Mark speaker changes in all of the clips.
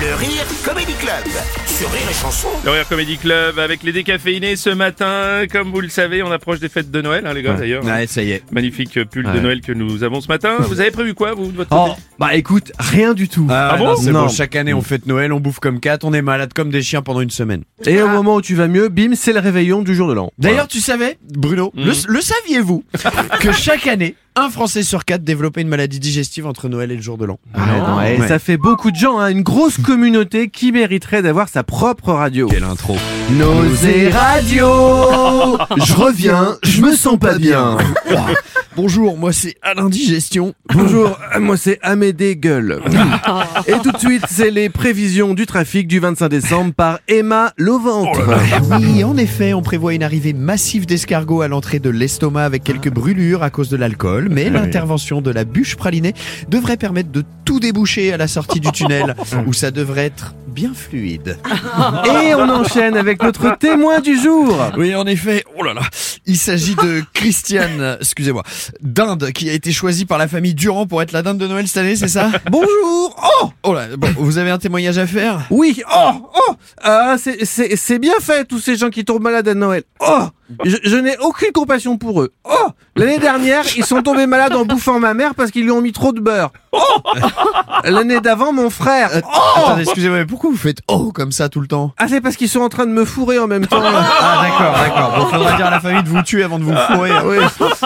Speaker 1: Le Rire Comedy Club sur Rire et Chanson.
Speaker 2: Le Rire Comedy Club avec les décaféinés ce matin. Comme vous le savez, on approche des fêtes de Noël, hein, les gars, d'ailleurs.
Speaker 3: Ouais, Ah, ça y est.
Speaker 2: Magnifique pull de
Speaker 3: Ouais.
Speaker 2: Noël que nous avons ce matin. Vous avez prévu quoi, vous, de votre
Speaker 3: Oh,
Speaker 2: côté
Speaker 3: bah écoute, rien du tout.
Speaker 2: Ah bon
Speaker 3: non, c'est
Speaker 4: Non.
Speaker 3: bon, chaque année on fête Noël, on bouffe comme quatre, on est malade comme des chiens pendant une semaine.
Speaker 4: Et
Speaker 2: Ah.
Speaker 4: au moment où tu vas mieux, bim, c'est le réveillon du jour de l'an.
Speaker 3: D'ailleurs, tu savais, Bruno, le, le saviez-vous que chaque année, un Français sur quatre développait une maladie digestive entre Noël et le jour de l'an
Speaker 4: Voilà.
Speaker 3: non,
Speaker 4: Ouais,
Speaker 3: Ah ouais.
Speaker 4: Ça fait beaucoup de gens, hein, une grosse communauté qui mériterait d'avoir sa propre radio.
Speaker 3: Quelle intro
Speaker 4: Nausée radio Je reviens, je me sens pas bien.
Speaker 3: Bonjour, moi c'est Alain Digestion.
Speaker 4: Bonjour, Euh, moi c'est Amédée Gueule. Et tout de suite, c'est les prévisions du trafic du 25 décembre par Emma Lovante.
Speaker 3: Oh Oui, en effet, on prévoit une arrivée massive d'escargots à l'entrée de l'estomac avec quelques brûlures à cause de l'alcool, mais l'intervention de la bûche pralinée devrait permettre de tout déboucher à la sortie du tunnel, où ça devrait être bien fluide.
Speaker 4: Et on enchaîne avec notre témoin du jour.
Speaker 3: Oui, en effet, oh là là, il s'agit de Christiane, excusez-moi, dinde, qui a été choisie par la famille Durand pour être la dinde de Noël cette année, c'est ça
Speaker 4: Bonjour
Speaker 3: Oh Oh là, bon, vous avez un témoignage à faire
Speaker 4: Oui, oh, oh, ah, c'est- c'est c'est bien fait, tous ces gens qui tombent malades à Noël. Oh, je, je n'ai aucune compassion pour eux. Oh, l'année dernière, ils sont tombés malades en bouffant ma mère parce qu'ils lui ont mis trop de beurre. Oh, l'année d'avant, mon frère.
Speaker 3: Euh, Attendez, excusez-moi, mais pourquoi vous faites oh comme ça tout le temps
Speaker 4: Ah, c'est parce qu'ils sont en train de me fourrer en même temps.
Speaker 3: Ah d'accord, d'accord. Bon, faudra dire à la famille de vous tuer avant de vous fourrer.
Speaker 4: Oui.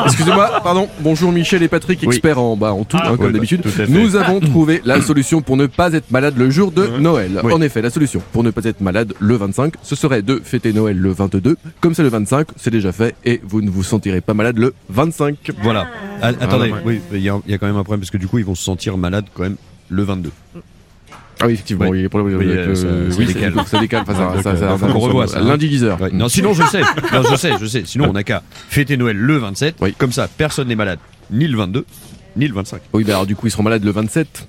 Speaker 4: Excusez-moi, pardon. Bonjour Michel et Patrick, experts en, bah, en tout,
Speaker 3: Ah,
Speaker 4: hein, comme d'habitude. Nous avons trouvé la solution pour ne pas être malade le jour de Noël. En effet, la solution pour ne pas être malade le 25, ce serait de fêter Noël le 22. Comme c'est le 25, c'est déjà fait et vous ne vous sentirez pas malade le 25.
Speaker 3: Voilà. A- attendez,
Speaker 4: Ah,
Speaker 3: oui, il y, a il y a quand même un problème parce que du coup ils vont se sentir malades quand même le 22.
Speaker 4: Ah oui, effectivement,
Speaker 3: Oui.
Speaker 4: il y a des problèmes
Speaker 3: Oui,
Speaker 4: avec,
Speaker 3: euh, ça-
Speaker 4: euh,
Speaker 3: ça
Speaker 4: oui,
Speaker 3: décale.
Speaker 4: ça- ça décale. enfin, ça-
Speaker 3: Ouais, donc,
Speaker 4: ça-
Speaker 3: euh,
Speaker 4: ça-
Speaker 3: faut
Speaker 4: ça-
Speaker 3: qu'on
Speaker 4: ça-
Speaker 3: revoie ça.
Speaker 4: Lundi 10h.
Speaker 3: Ouais. Non, sinon je sais. Non, je sais, je sais. Sinon on n'a qu'à fêter Noël le 27.
Speaker 4: Oui.
Speaker 3: Comme ça, personne n'est malade. Ni le 22, ni le 25.
Speaker 4: Oui, bah alors du coup, ils seront malades le 27.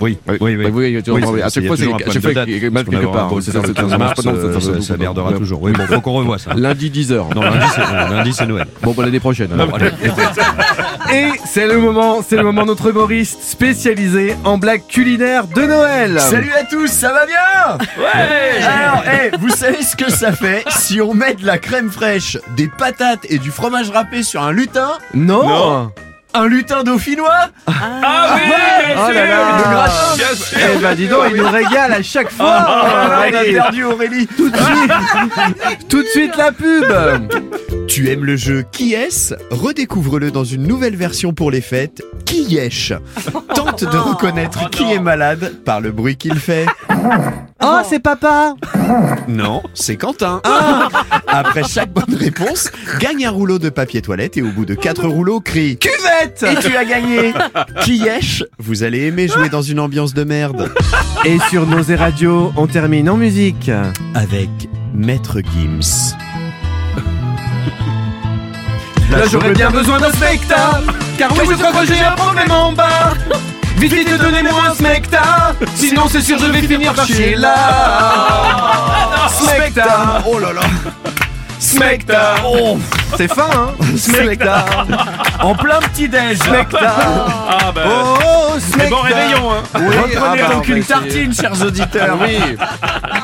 Speaker 3: Oui, oui, oui.
Speaker 4: Bah, oui, il y a toujours un problème. à chaque fois, c'est à chaque fois, il y a quelque mal quelque part. C'est ça, c'est ça, ça marche pas, non, ça- ça- ça-
Speaker 3: euh, ça merdera
Speaker 4: ouais.
Speaker 3: toujours. Oui, bon, faut qu'on revoie ça.
Speaker 4: Lundi 10h.
Speaker 3: Non, lundi, c'est- lundi, c'est Noël.
Speaker 4: Bon, bah, l'année prochaine. alors.
Speaker 5: Et c'est le moment, c'est le moment notre humoriste spécialisé en blagues culinaires de Noël.
Speaker 3: Salut à tous, ça va bien Ouais Alors, eh, vous savez ce que ça fait si on met de la crème fraîche, des patates et du fromage râpé sur un lutin
Speaker 5: Non,
Speaker 2: Non.
Speaker 3: Un lutin dauphinois
Speaker 2: Ah oui, bien
Speaker 5: Oh là là.
Speaker 2: sûr, le gratin, bien sûr.
Speaker 5: Eh ben dis donc, il nous régale à chaque fois.
Speaker 3: On a
Speaker 5: Allez,
Speaker 3: perdu Aurélie
Speaker 5: tout de suite la pub.
Speaker 3: Tu aimes le jeu Qui est-ce Redécouvre-le dans une nouvelle version pour les fêtes, Qui est-ce Tente
Speaker 5: Ah.
Speaker 3: de reconnaître qui est malade par le bruit qu'il fait. Ah,
Speaker 5: Oh, c'est papa.
Speaker 3: Non, c'est Quentin.
Speaker 5: Ah.
Speaker 3: Après chaque bonne réponse, gagne un rouleau de papier toilette et au bout de quatre rouleaux, crie
Speaker 5: Cuvette.
Speaker 3: Et tu as gagné Qui est-ce Vous allez aimer jouer dans une ambiance de merde.
Speaker 5: Et sur nos radios, on termine en musique.
Speaker 3: Avec Maître Gims.
Speaker 5: Là, j'aurais bien besoin d'un spectacle, car oui, je crois que j'ai un problème en bas. Vite, vite, donnez-moi un smecta, sinon c'est sûr, je vais finir par chez là. Smecta,
Speaker 3: Oh là là
Speaker 5: smecta, c'est fin, hein Smecta,
Speaker 3: En plein petit-déj
Speaker 5: smecta.
Speaker 2: Ah bah,
Speaker 5: Oh,
Speaker 2: c'est
Speaker 5: smecta.
Speaker 2: bon réveillon, hein.
Speaker 5: bah, Oui, ah bah, on va essayer.
Speaker 3: chers auditeurs
Speaker 5: Oui.